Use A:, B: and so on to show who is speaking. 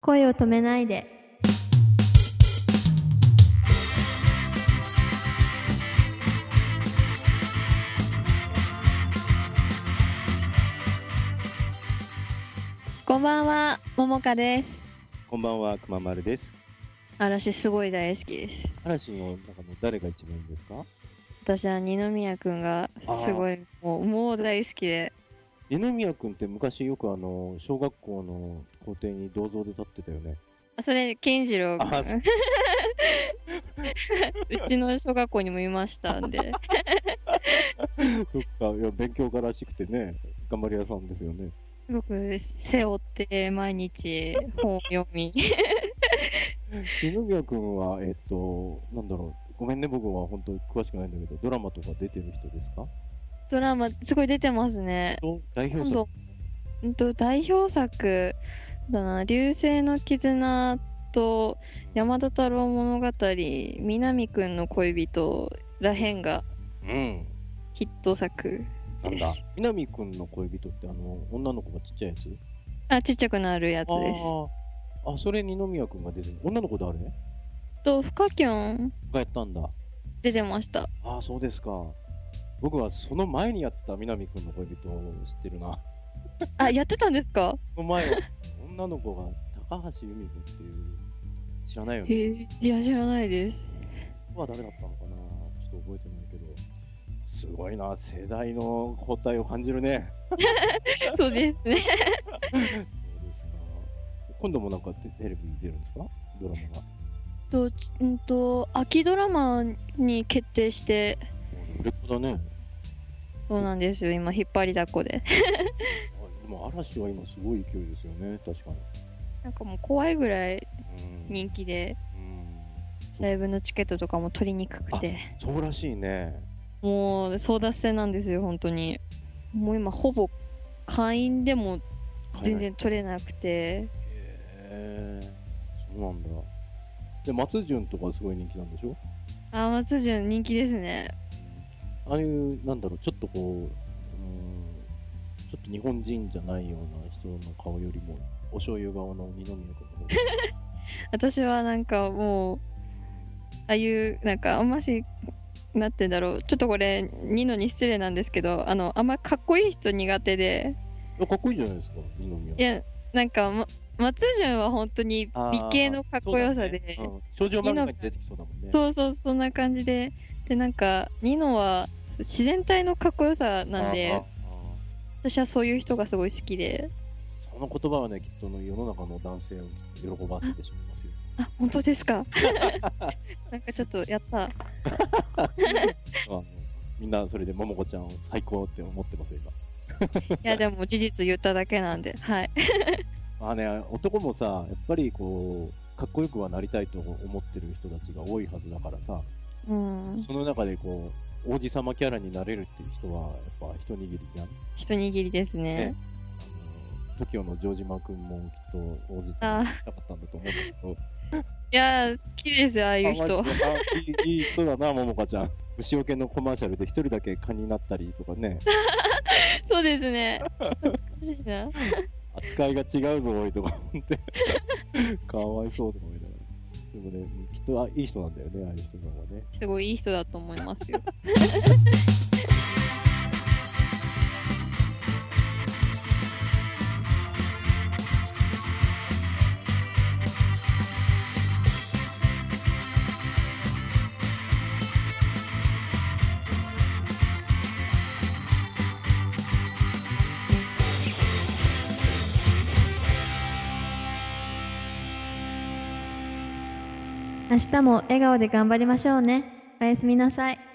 A: 声を止めないで。
B: こんばんは、ももかです。
C: こんばんは、くままるです。
B: 嵐すごい大好きです。
C: 嵐の中の誰が一番いいんですか
B: 私は二宮くんがすごいもうもう大好きで、
C: 二宮くんって昔よくあの、小学校の校庭に銅像で立ってたよね。
B: それ健次郎くん
C: あそ う
B: うちの小学校にもいましたんで、
C: そっか、いや、勉強家らしくてね、頑張り屋さんですよね。
B: すごく背負って毎日本を読み、
C: 二宮くんは、えっと、なんだろう、ごめんね、僕は本当詳しくないんだけど、ドラマとか出てる人ですか
B: ドラマすごい出てますね。
C: と代表
B: 今度、
C: 作
B: うんと代表作だな、流星の絆と山田太郎物語、南くんの恋人らへんが
C: うん。
B: ヒット作。
C: なんだ、南くんの恋人ってあの、女の子がちっちゃいやつ
B: あ、ちっちゃくなるやつ
C: あ
B: です。
C: ーあ、それ二宮くんが出てる。女の子誰
B: と、フカキョン
C: がやったんだ。
B: 出てました。
C: ああ、そうですか。僕はその前にやった南くんの恋人を知ってるな。
B: あ、やってたんですか
C: その 前は女の子が高橋由美子っていう、知らないよ
B: へ
C: ね。
B: え、いや、知らないです。
C: 僕は誰だったのかなちょっと覚えてないけど。すごいな、世代の交代を感じるね。
B: そうですね。
C: そうですか。今度もなんかテテレビに出るんですかドラマが。
B: と、ちうんと、秋ドラマに決定して、
C: 売れっ子だね。
B: そうなんですよ、今、引っ張りだこで。
C: あでも嵐は今すごい勢いですよね、確かに。
B: なんかもう怖いぐらい
C: うん。
B: 人気で、
C: うん
B: ライブのチケットとかも取りにくくて、
C: そうらしいね。
B: もう争奪戦なんですよ、本当に。もう今、ほぼ会員でも全然取れなくて、
C: へえそうなんだで松潤とかすごい人気なんでしょ
B: あ、松潤人気ですね。
C: ああいうなんだろうちょっとこう、うん、ちょっと日本人じゃないような人の顔よりもお醤油顔の二宮君の方が
B: 私はなんかもうああいうなんかあんましなってんだろうちょっとこれニノに失礼なんですけどあのあんまかっこいい人苦手で
C: いやかっこいいじゃないですか二宮
B: いやなんか、ま、松潤は本当に
C: あー
B: 美形のかっこよさで
C: そうだねうん少女漫画に出てきそうだもんね
B: そう,、そうそんな感じででなんかニノは自然体のかっこよさなん
C: ああ
B: で
C: あ
B: 私はそういう人がすごい好きで
C: その言葉はねきっと世の中の男性を喜ばせてしまいますよ
B: あ本当ですかなんかちょっとやった
C: あみんなそれで桃子ちゃんを最高って思ってますよ今
B: いやでも事実言っただけなんではい
C: まあね、男もさ、やっぱりこう、かっこよくはなりたいと思ってる人たちが多いはずだからさ、
B: うん
C: その中でこう、王子様キャラになれるっていう人は、やっぱ一握りじゃん。
B: 一握りですね
C: ね。あの TOKIO の城島くんもきっと王子様
B: あ
C: になりたかったんだと思うんだけど。
B: いやー好きですよああいう
C: あ
B: 人
C: マジであいいいい人だな、ももかちゃん。虫よけのコマーシャルで一人だけ蚊になったりとかね、
B: そうですね おかしいな
C: 扱いが違うぞ、おいとか思 って。かわいそうとか思いながら。でもね、きっとあいい人なんだよね、ああいう人の方がね。
B: すごいいい人だと思いますよ
A: 明日も笑顔で頑張りましょうね。おやすみなさい。